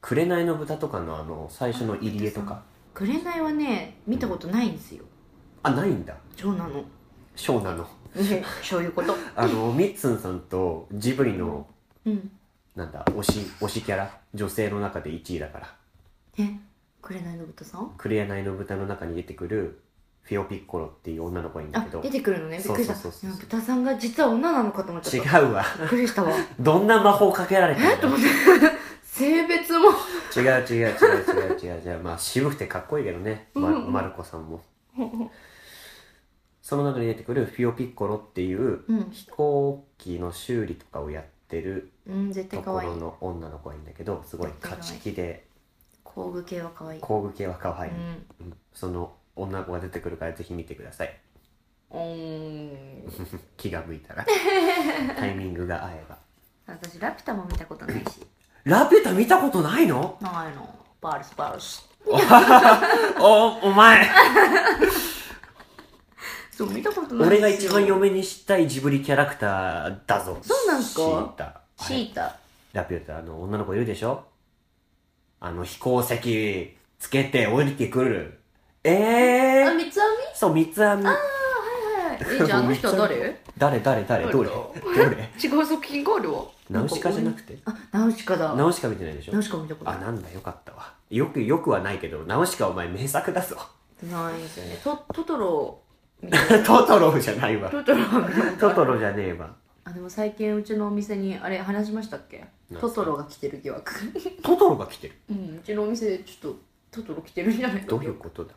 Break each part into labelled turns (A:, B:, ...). A: 紅の豚とかのあの最初の入り江とか
B: 紅はね見たことないんですよ
A: あないんだ
B: そうな の
A: そうなの
B: そういうこと
A: あのみっつんさんとジブリの
B: うん
A: なんだ推し推しキャラ女性の中で1位だから
B: え紅の豚さん
A: 紅の豚の中に出てくるフィオピッコロっていう女の子がいいんだ
B: あ
A: けど
B: 出てくるのねびっくりした
A: そうそうそうそう
B: いや豚さんが実は女なのかと思っち
A: 違
B: ゃった
A: うわ
B: びっく りしたわ
A: どんな魔法かけられて
B: えっと
A: る
B: 思
A: の
B: って性別も
A: 違う違う違う違う違う違うまあ渋くてかっこいいけどね、ま、
B: うんうん
A: マルコさんもその中に出てくるフィオピッコロっていう
B: うん、
A: 飛行機の修理とかをやってる
B: うん、絶
A: と
B: 対
A: こ
B: 可愛い
A: ろの女の子がいいんだけどすごい勝ち気で
B: 工具系は可愛い
A: 工具系は可愛い、
B: うん
A: うんその女の子が出てくるからぜひ見てくだ さい
B: うーん
A: 気が向い たらタイミングが合えば
B: 私ラピュタも見たことないし
A: ラピュタ見たことないの
B: ないのバルスバルス
A: おお前
B: そう見たことない
A: 俺が一番嫁にしたいジブリキャラクターだぞ
B: そうなんすか
A: シータ
B: シ
A: はい
B: ータ
A: ラピュタの女の子いるでしょあの飛行石つけて降りてくるええー
B: あ、三つ編
A: そう、三つ編み。
B: みはいえ、じゃああの人は誰違
A: 誰誰誰どれ
B: 誰だ
A: どれ
B: う作品があるわ
A: ナウシカじゃなくて
B: あ、ナウシカだ
A: ナウシカ見てないでしょ
B: ナウシカ見たこと
A: あ、
B: ない
A: なんだ、よかったわ。よく、よくはないけど、ナウシカお前名作だぞ。
B: ないですよねトトトロみたいな
A: トトロじゃないわ。
B: トトロは見たこと
A: ト
B: ない
A: トロじゃねえわ。
B: あ、でも最近うちのお店にあれ話しましたっけ
A: なんす
B: ト
A: か
B: トロが来てる疑惑
A: トトロが来てる。
B: うん、うちのお店ちょっとトトロ来てるんじゃないか
A: どういうことだ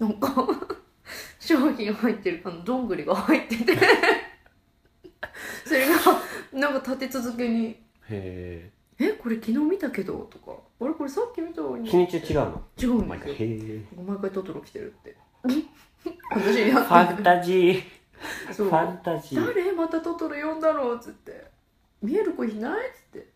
B: なんか 商品入ってるあのどんぐりが入って てそれがなんか立て続けに
A: へ
B: 「えこれ昨日見たけど」とか「あれこれさっき見たの
A: え。
B: に」
A: 日にち違うの
B: 違うん
A: 毎
B: で
A: 回。
B: すよ
A: へえ。
B: 毎回トトロ来てるって 私に
A: フ
B: やっ
A: ァ
B: て
A: ンタジー。
B: てそ
A: フ
B: う
A: ァンタジー。
B: 誰またトトロ呼んだのっつって「見える子いない?」っつって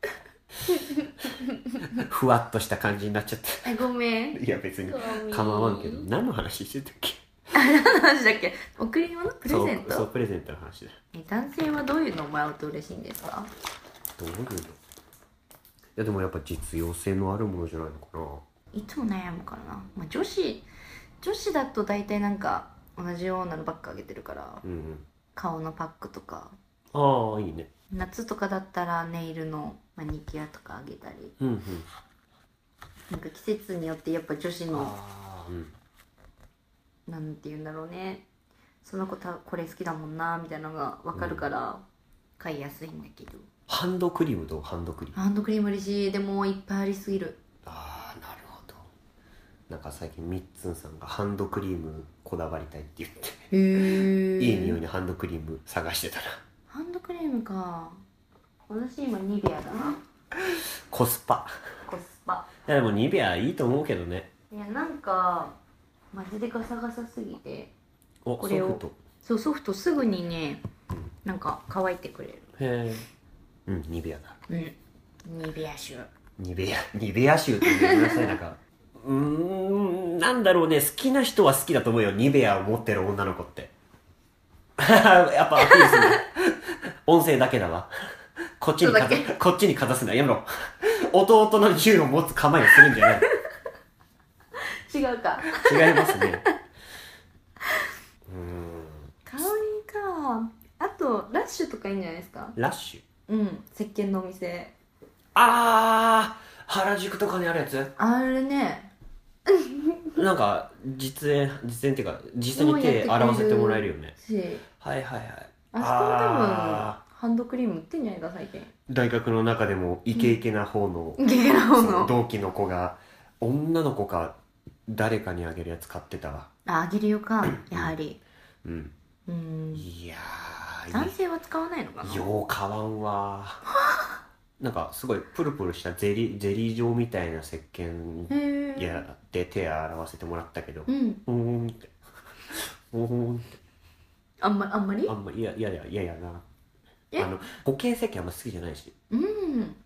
A: ふわっとした感じになっちゃっ
B: 「あごめん」
A: て。いや、別に
B: ご。めん
A: 構わんけど。 何の話してたっけ
B: 話だっけ贈り物プレゼン
A: そう、そう
B: ト
A: プレゼントの話だ。
B: え男性はどういうのをもらうと嬉しいんですか
A: どういうのいやでもやっぱ実用性のあるものじゃないのかない
B: つも悩むからな、まあ、女子女子だと大体なんか同じようなのばっかあげてるから
A: うん、うん、
B: 顔のパックとか
A: ああいいね
B: 夏とかだったらネイルのマニキュアとかあげたり
A: うんうん
B: なんか季節によってやっぱ女子の
A: ああうん
B: なんて言うんだろうねその子たこれ好きだもんなみたいなのが分かるから買いやすいんだけど、
A: ハンドクリームどうハンドクリーム
B: ハンドクリーム嬉しいでもいっぱいありすぎる
A: ああなるほどなんか最近みっつんさんがハンドクリームこだわりたいって言って、
B: へえ
A: いい匂いのハンドクリーム探してたら
B: ハンドクリームか私今ニベアだな
A: コスパ
B: コスパ
A: いやでもニベアいいと思うけどね
B: いやなんかマジでガサガサすぎて
A: お
B: こ
A: ソ
B: れを
A: フト
B: そうソフトすぐにねなんか乾いてくれる
A: へえうんニベアだ
B: うんニベア臭
A: ニベア、 ニベア臭って言ってください、なんか。うーん、なんだろうね、好きな人は好きだと思うよ、ニベアを持ってる女の子って。 やっぱアピール するな。音声だけだわ。こっちにかざ
B: そうだ、
A: こっちにかざすな、やめろ。弟の銃を持つ構えをするんじゃない。
B: 違うか
A: 違いますね。うーん、
B: 香りかあとラッシュとかいいんじゃないですか
A: ラッシュ。
B: うん石鹸のお店
A: あー、原宿とかにあるやつ
B: あれね
A: なんか、実演、実演っていうか、実際に手洗わせてもらえるよね。
B: し
A: はいはいはい。
B: あそこも多分
A: あ
B: ハンドクリーム売ってんじゃないか最近
A: 大学の中でもイケイケな方の,、
B: ゲゲラホの
A: 同期の子が女の子か誰かにあげるやつ買ってたわ
B: ああげる よかやはり
A: うん
B: うん
A: いや
B: 男
A: ー
B: 性は使わないのかな
A: よう買わん わなんかすごいプルプルしたゼリゼリー状みたいな石鹸
B: へえ
A: やって手洗わせてもらったけど
B: うん
A: うーんってうーんって
B: あんまあんまり
A: あんまいやいやいやいやいやな
B: え
A: あの固形石鹸あんま好きじゃないし
B: うん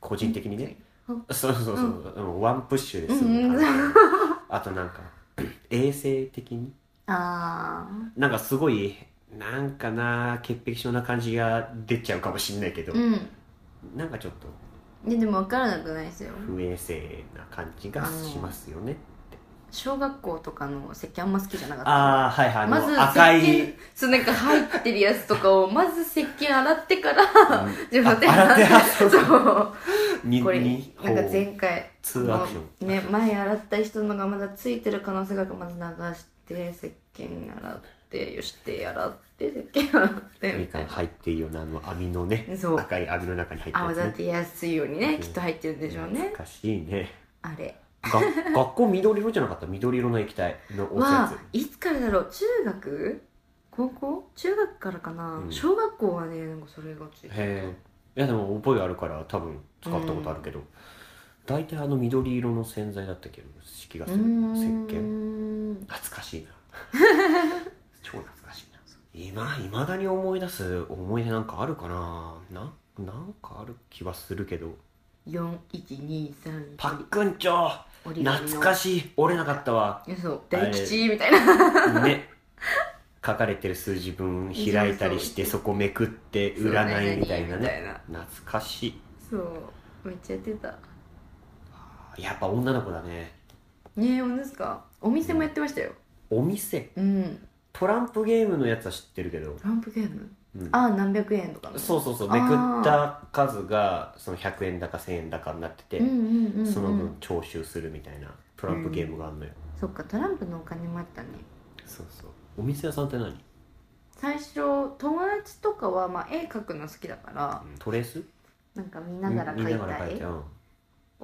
A: 個人的にね、
B: うん
A: そうそうそう、あのワンプッシュです、
B: うんうん
A: あとなんか 衛生的に
B: ああ
A: なんかすごいなんかな潔癖症な感じが出ちゃうかもしんないけど、
B: うん
A: なんかちょっと
B: ででも分からなくないですよ
A: 不衛生な感じがしますよね
B: 小学校とかの石鹸あんま好きじゃなかった
A: ああはいはいあの
B: まず石
A: 赤い
B: 鹸そうなんか入ってるやつとかをまず石鹸洗ってから
A: ん
B: 自分の手
A: あ洗って
B: 洗って
A: そ
B: そうう
A: そうに
B: これ
A: に
B: なんか
A: ほう
B: 前回
A: ツーアクション
B: ね前洗った人のがまだついてる可能性があるからまず流して石鹸洗ってよして洗って石鹸洗ってみ
A: み
B: た
A: か
B: い
A: ん
B: な
A: 入っていいよなあの網のね
B: そう
A: 赤い網の中に入って
B: 泡
A: る
B: 立
A: やつね
B: てやすいようにねきっと入ってるんでしょうね
A: 懐かしいね
B: あれ
A: が学校緑色じゃなかった緑色の液体のおや
B: は
A: つ
B: いつからだろう中学高校中学からかな、
A: うん
B: 小学校はねなんかそれがついて
A: へえいやでも覚えあるから多分使ったことあるけど、大体あの緑色の洗剤だったけど式が
B: う
A: す
B: ー
A: る石鹸
B: ん
A: 懐かしいな 超懐かしいな今いまだに思い出す思い出なんかあるかなななんかある気はするけど
B: 4123
A: パックンチョ
B: 折り紙の
A: 懐かしい折れなかったわ
B: いやそう
A: あれ
B: 大吉みたいな
A: ね書かれてる数字分開いたりしてそこめくって占いみたいな
B: そう占いみたい
A: ね
B: な
A: 懐かしい
B: そうめっちゃやってた
A: やっぱ女の子だね
B: ねえほんですかお店もやってましたよ
A: お店
B: うん
A: トランプゲームのやつは知ってるけど、
B: トランプゲーム
A: うん
B: ああ何百円とかの
A: そうそうそう
B: あ
A: めく
B: ー
A: った数がその100円だか1000円だかになってて、
B: うんうんうん、うん、
A: その分徴収するみたいなトランプゲームがあるのよ、
B: そっかトランプのお金もあったね
A: そうそうお店屋さんって何、うん
B: 最初友達とかは、まあ、絵描くの好きだから
A: トレース
B: なんか見ながら
A: 見な
B: 描
A: がら描い
B: い
A: て
B: た
A: う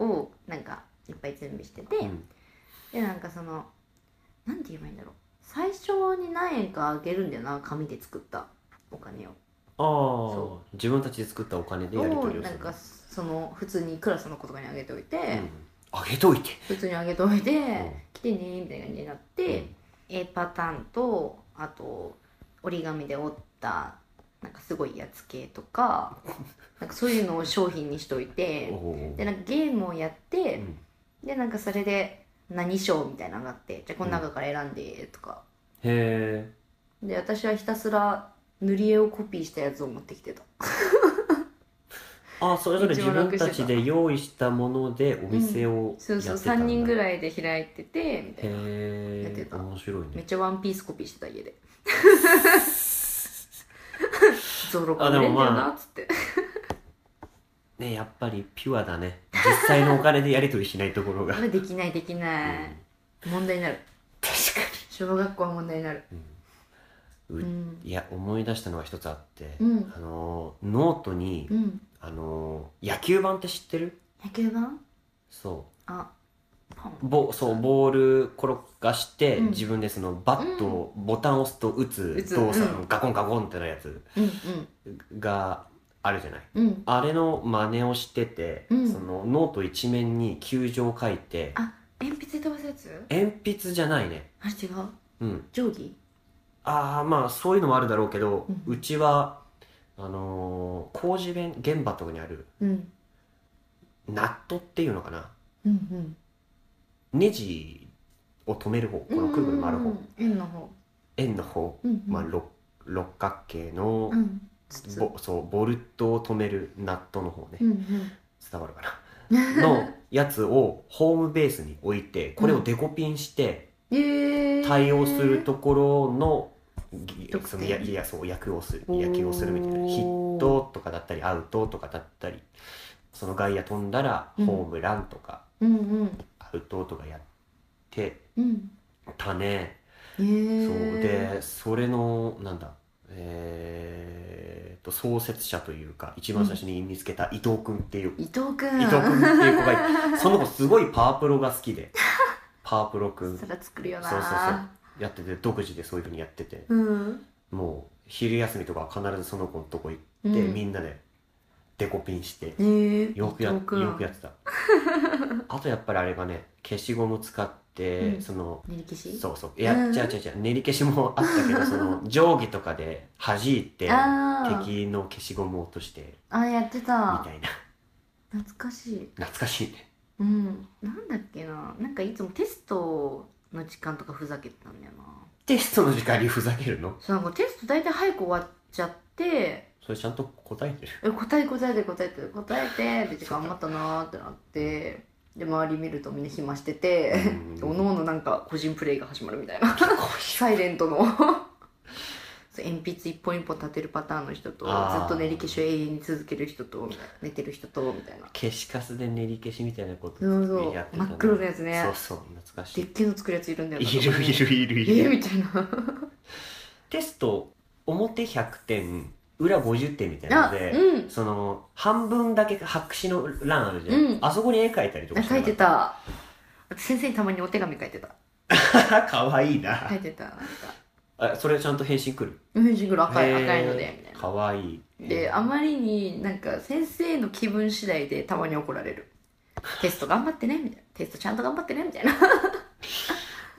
B: 絵
A: ん
B: をなんかいっぱい準備してて、
A: うん
B: でなんかそのなんて言えばいいんだろう最初に何円かあげるんだよな紙で作ったお金を
A: ああ
B: そ
A: 自分たちで作ったお金でやり
B: を
A: 取りをす
B: なん
A: る
B: かその普通にクラスの子とかにあげておいて、
A: うんあげといて、
B: 普通にあげておいて、
A: うん
B: 来てねみたいな感じになって、A パターンとあと折り紙で折ったなんかすごいやつ系 とかなんかそういうのを商品にしといて
A: おー
B: でなんかゲームをやって、
A: うん
B: でなんかそれで何賞みたいなのがあってじゃあこの中から選んでとか、
A: へえ
B: で私はひたすら塗り絵をコピーしたやつを持ってきてた
A: あそれぞれ
B: 一
A: 自
B: 番
A: 分
B: 楽してた
A: たちで用意したものでお店をや
B: そう
A: って
B: そう
A: たんだ、
B: 3人ぐ
A: い
B: らいで開いててみたいなやっ
A: へ
B: て
A: え
B: た
A: 面白い
B: めっ
A: ね
B: ちゃワンピースコピーしてた 家でゾロが
A: あで
B: 売れ
A: も
B: んだ
A: まあ
B: よなっつって
A: ねやっぱりピュアだね実際のお金でやり取りしないところ が、
B: これできないできない、問題になる
A: 確か
B: 小学校は問題になる
A: に、
B: う
A: うんいや思い出したのが一つあって、
B: うん
A: あのノートに、
B: うん
A: あの野球盤って知ってる
B: 野球盤
A: そ
B: あポ
A: う
B: ン
A: ボそうボール転がして、
B: うん
A: 自分でそのバットを、ボタンを押すと打
B: 打
A: つ
B: つ
A: 動作
B: う
A: のガコンガコンってなるやつ
B: うん
A: があるじゃない
B: うんうん
A: あれの真似をしてて、
B: うん
A: そのノート一面に球場を書いて
B: あ鉛筆で飛ばすやつ
A: 鉛筆じゃないね
B: あれ違う
A: うん
B: 定規
A: ああまあそういうのもあるだろうけど、
B: うん
A: うちはあのー工事弁現場とかにある
B: うん
A: ナットっていうのかな
B: うんうん
A: ネジを止める方このくるくる回る
B: うんう
A: 方
B: んうん円の方
A: 円の方、
B: うんうん
A: まあ、六六角形の、
B: うん筒
A: ぼそうボルトを止めるナットの方ね、
B: うんうん
A: 伝わるかな のやつをホームベースに置いてこれをデコピンして
B: えー
A: 対応するところの、ぎ
B: 得点
A: そのやいやそう役をする野球をするみたいな
B: おー
A: ヒットとかだったりアウトとかだったりその外野飛んだら
B: うん
A: ホームランとか、
B: うんうん
A: アウトとかやって
B: うん
A: たね。
B: えー
A: そうでそれのなんだえー、と創設者というか一番最初に見つけた伊藤君っていう、
B: 伊藤君
A: 伊藤君っていう子が いてその子すごいパワープロが好きでパワープロ君
B: そら作るよな
A: そうそうそうやってて独自でそういうふうにやってて
B: うん
A: もう昼休みとかは必ずその子のとこ行って、
B: うん
A: みんなでデコピンして
B: えー、
A: よくや
B: 伊
A: よ
B: 藤君
A: くや ってたあとやっぱりあれがね消しゴム使って、
B: うん
A: その
B: 練り消し
A: そうそういや、
B: うん
A: 違う違う違う練り消しもあったけ どその定規とかで弾いて
B: あー
A: 敵の消しゴムを落としてみ
B: あやって
A: た
B: た
A: いな
B: 懐かしい
A: 懐かしいね
B: うんなんだっけななんかいつもテストの時間とかふざけてたんだよな
A: テストの時間にふざけるの
B: そうなんかテスト大体早く終わっちゃって
A: それちゃんと答えてる。
B: え答え答えて答えて答えてで時間余ったなーってなってで周り見るとみんな暇してて
A: うん
B: でおのおのなんか個人プレイが始まるみ たいなサイレントのそう鉛筆一本一本立てるパターンの人とず
A: あー
B: っと練り消しを永遠に続ける人とみたいな寝てる人とみたいな
A: 消しカスで練り消しみたいなこと
B: そうそう
A: やってたね
B: 真っ黒のやつね
A: そうそう、懐かし
B: でっ
A: い。
B: けえの作るやついるんだよ
A: いるいるいる
B: え
A: い
B: ー
A: る。
B: みたいな
A: テスト、表100点、裏50点みたいな
B: あ
A: ので、
B: うん
A: その、半分だけ白紙の欄あるじゃん。
B: うん
A: あそこに絵描いたりとか
B: あ書いて
A: た。
B: た私先生にたまにお手紙書いてた
A: かわいいな、
B: 書いてたなんか
A: あ、それちゃんと返信来る。
B: うんジングル赤い
A: へー
B: 赤いのでみたいな
A: かわいい。
B: であまりになんか先生の気分次第でたまに怒られるテスト頑張ってねみたいなテストちゃんと頑張ってねみた いな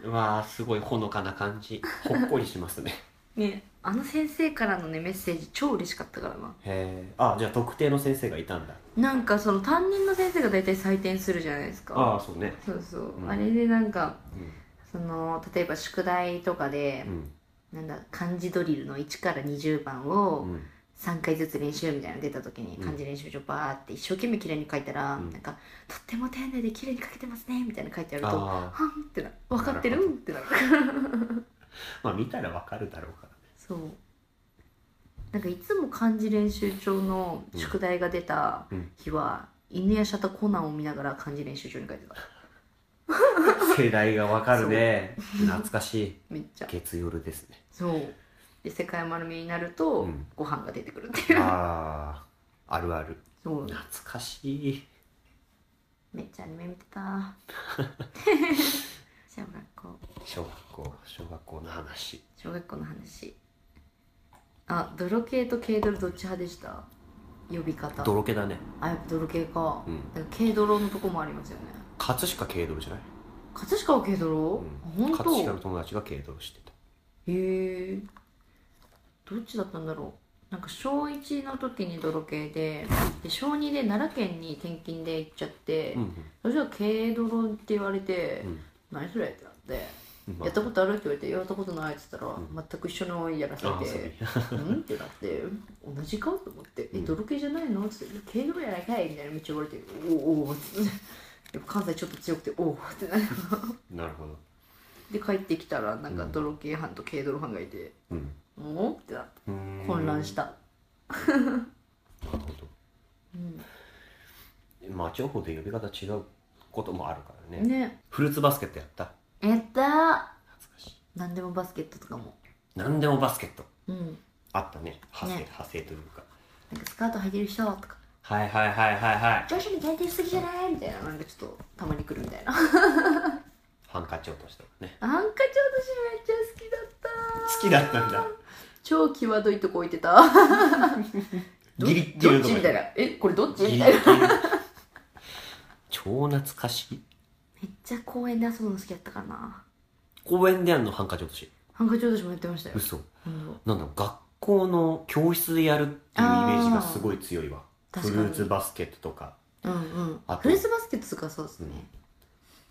A: まあ、すごいほのかな感じ。ほっこりします ね。
B: ねあの先生からのねメッセージ超嬉しかったからな
A: へえ。あ、じゃあ特定の先生がいたんだ。
B: なんかその担任の先生が大体採点するじゃないですか
A: ああ、そうね。
B: そうそう、
A: うん
B: あれでなんか
A: うん
B: その例えば宿題とかで
A: う、ん。
B: なんだ漢字ドリルの1から20番を
A: うん。
B: 3回ずつ練習みたいなの出た時に
A: うん
B: 漢字練習書バーって一生懸命綺麗に書いたら、
A: うん
B: なんか「とっても丁寧で綺麗に書けてますね」みたいなの書いてあると
A: ああ。
B: はんってな分かってる
A: なる
B: ん
A: ほ
B: ってなる
A: まあ、見たらわかるだろうから。
B: そうなんかいつも漢字練習帳の宿題が出た日は、犬やシャタコナンを見ながら漢字練習帳に書いてた
A: 世代がわかるね懐かしい
B: めっちゃ
A: 月夜です ね
B: そうで世界丸見えになると、
A: うん
B: ご飯が出てくるっていう
A: あああるある
B: そう
A: 懐かしい
B: めっちゃアニメ見て た小学校
A: 小学校小学校の話
B: 小学校の話あ泥系と軽泥どっち派でした呼び方
A: 泥系だね
B: あやっぱ泥系か,、
A: うん
B: なんか軽泥のとこもありますよね
A: 葛飾軽泥じゃない、
B: 葛飾は軽泥、
A: う
B: ほ
A: ん、
B: ん、
A: 葛
B: 本
A: 飾
B: 当
A: の友達が軽泥してた
B: へえどっちだったんだろうなんか小1の時に泥系でで小2で奈良県に転勤で行っちゃって、
A: うん
B: そしたら軽泥って言われて「
A: うん
B: 何それ?」ってなって
A: うん、
B: 「
A: まあ
B: やったことある?」って言われて「やったことない」って言ったら、
A: ん
B: 全く一緒のやらさ
A: ああ
B: れ
A: そう
B: て「 うん?」ってなって「同じか?」と思って「え
A: うん
B: 泥系じゃないの?」って言って「軽泥やないかい」みたいな道言われて「おおおーってやっぱ関西ちょっと強くて「おお」ってな
A: なるほど
B: で帰ってきたらなんか
A: うん
B: 泥系班と軽泥班がいて
A: うん
B: 「おってなって
A: うーん
B: 混乱した、
A: なるほどまあ情報で呼び方違うこともあるからね
B: ね
A: フルーツバスケットやった
B: やっ
A: 懐
B: たー
A: かしい
B: 何でもバスケットとかも
A: 何でもバスケット
B: うん
A: あったね派生
B: ね
A: 派生というか
B: なんかスカート履いてる人とか
A: はいはいはいはいはい
B: 女子に限定しすぎじゃないみたいななんかちょっとたまに来るみたいな
A: ハンカチ落としとかね
B: ハンカチ私めっちゃ好きだっ
A: 好
B: た
A: きだったんだ
B: 超際どいとこ置いてたど
A: ギリッギリ
B: ど
A: の
B: っ
A: と
B: ち
A: こ
B: みたいなえこれどっち
A: ギリ
B: み
A: ギ
B: たい
A: リ
B: な
A: 超懐かしい
B: めっちゃ公園で遊ぶの好きだったからな
A: 公園でやるのハンカチ落とし
B: ハンカチ私もやってましたよ、
A: 嘘
B: うん
A: なんだろう学校の教室でやるっていうイメージがすごい強いわ
B: あー
A: フルーツバスケットとか
B: うんうん
A: あと
B: フルーツバスケットとかそうですね、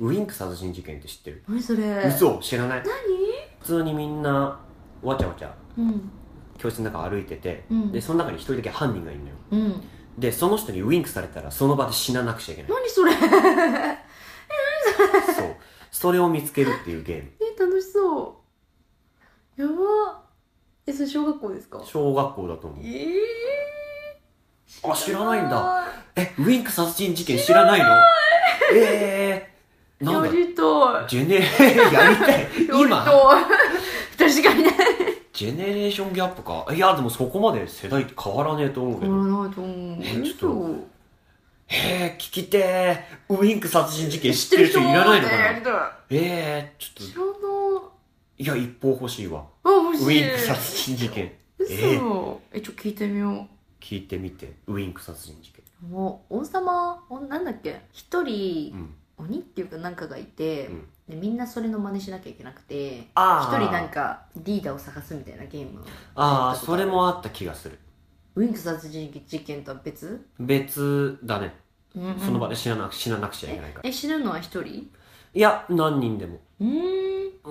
A: ウインク殺人事件って知ってる
B: 何それ
A: 嘘知らない
B: 何
A: 普通にみんなわちゃわちゃ
B: うん
A: 教室の中歩いてて、
B: うん
A: でその中に一人だけ犯人がいるのよ
B: うん
A: でその人にウインクされたらその場で死ななくちゃい けない
B: 何それえ
A: そうそれを見つけるっていうゲーム
B: 楽しそうやばえそれ小学校ですか
A: 小学校だと思う
B: え
A: あ知らないんだ
B: だ
A: え、ウィンク殺人事件知らないのええー、なん
B: や
A: だ
B: りた
A: ジェネレ やりたい
B: いやり
A: 今
B: たい 確かにね
A: ジェネレーションギャップかいやでもそこまで世代変わらねえと思うけ
B: 変
A: ど、
B: わらないと思う
A: えちょっと
B: 嘘
A: へえ聞きてーウィンク殺人事件知ってる人いらないのか
B: や
A: な
B: りたい
A: ええー、ちょっ
B: 知
A: と
B: らない
A: いや一報欲しいわ
B: あ欲しい
A: ウィンク殺人事件
B: 嘘
A: え
B: えちょっと聞いてみよう
A: 聞いてみてウィンク殺人事件
B: もう王様おなんだっけ一
A: う
B: 人
A: ん
B: 鬼っていうかなんかがいて、
A: うん
B: でみんなそれの真似しなきゃいけなくて一
A: ああ
B: 人なんかリーダーを探すみたいなゲーム
A: ああそれもあった気がする
B: ウィンク殺人事件とは別、
A: 別だね
B: うんうん
A: その場で死ななく死ななくちゃいけないから
B: え死ぬのは一人
A: いや何人でも
B: うー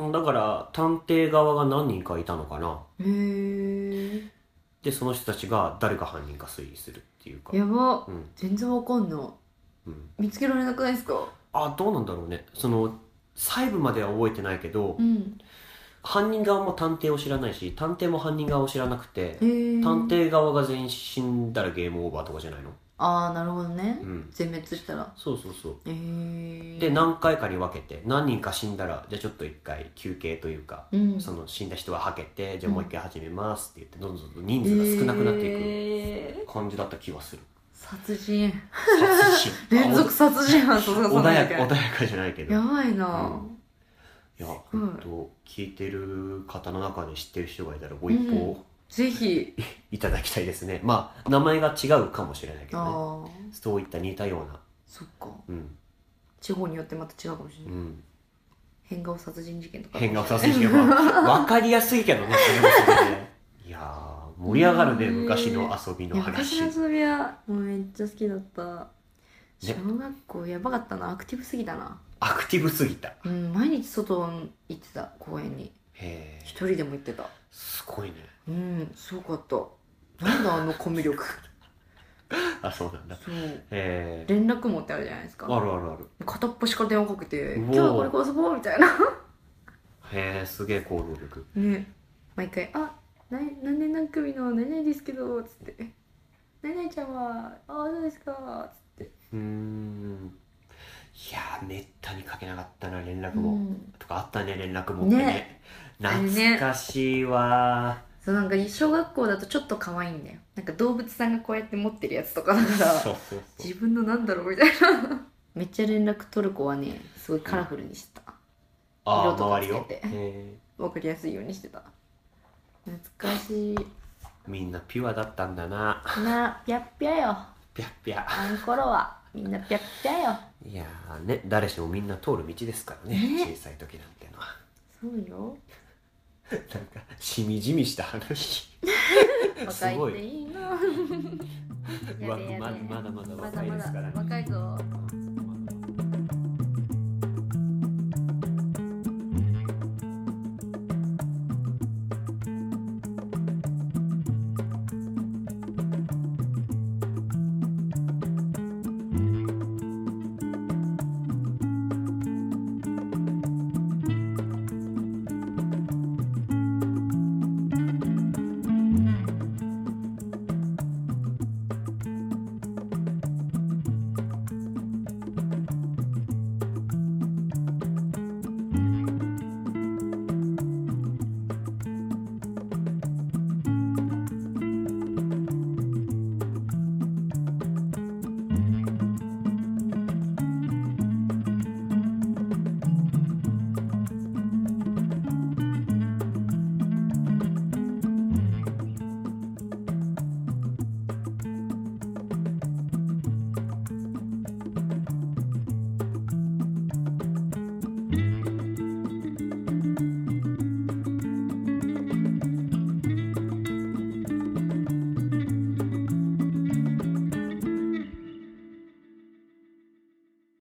B: ん
A: うんだから探偵側が何人かいたのかな
B: へえ
A: でその人たちが誰が犯人か推理するっていうか
B: やば
A: うん
B: 全然わかんない
A: うん
B: 見つけられなくないですか
A: あどうなんだろうねその細部までは覚えてないけど、
B: うん
A: 犯人側も探偵を知らないし探偵も犯人側を知らなくて
B: へえ
A: 探偵側が全員死んだらゲームオーバーとかじゃないの
B: ああなるほどね
A: うん
B: 全滅したら
A: そうそうそう
B: へえ
A: で何回かに分けて何人か死んだらじゃあちょっと一回休憩というか、
B: うん
A: その死んだ人ははけてじゃあもう一回始めますって言ってどんどんどんどん人数が少なくなってい
B: い
A: く感じだった気はする、
B: 殺人
A: 殺人
B: 連続殺人犯さすが
A: 穏やか
B: や
A: 穏やかじゃないけどい
B: や
A: や
B: ばいなごい
A: 本当聞いてる方の中で知ってる人がいたらご一
B: う
A: 報
B: ぜひ
A: いただきたいですね、まあ名前が違うかもしれないけどね
B: ああ
A: そういった似たような
B: そっか
A: うん
B: 地方によってまた違うかもしれ
A: う
B: ない
A: ん
B: 変顔殺人事件とか
A: 変顔させても 分かりやすいけどねそれもそれでいやー盛り上がるね
B: うん
A: 昔の遊び
B: い
A: の
B: や昔
A: 話
B: の遊びはもうめっちゃ好きだった
A: ね
B: 小学校やばかったなアクティブすぎたな
A: アクティブすぎた
B: うん毎日外行ってた公園に
A: へ
B: 一
A: え
B: 人でも行ってた
A: すごいね
B: うんすごかったなんだあのコミュ力
A: あそうなんだ
B: そう
A: へえ
B: 連絡網ってあるじゃないです
A: あ
B: か
A: るあるある
B: 片っ端から電話かけて「
A: うおー
B: 今日はこれこう遊ぼう」みたいな
A: へえすげえ行動力
B: ね毎回「あな何年何組の何々ですけど」つって「何々ちゃんはああそうですか」つって
A: うーんいやーめったにかけなかったな連絡
B: う
A: も、
B: ん
A: とかあったね連絡もってね
B: ね
A: 懐かしいわ
B: そうなんか小学校だとちょっと可愛いんだよなんか動物さんがこうやって持ってるやつとかだ
A: ー
B: か
A: そ
B: ら
A: うそうそう
B: 自分のなんだろうみたいな めっちゃ連絡取る子はねすごいカラフルにしてた
A: ああ
B: 色とか
A: 周
B: つけ
A: りを
B: て
A: へ
B: わかりやすいようにしてた懐かしい
A: ーみんなピュアだったんだな
B: なぴゃっぴゃよ
A: ピャッピャ
B: あの頃はみんなぴゃっぴゃよ
A: いやーね誰しもみんな通る道ですからね小
B: ね
A: さい時なんてのは
B: そうよ
A: なんかしみじみした話す
B: 若い
A: ご
B: って
A: い
B: いいな
A: わまだまだまだ若いですからね
B: まだまだ若いぞ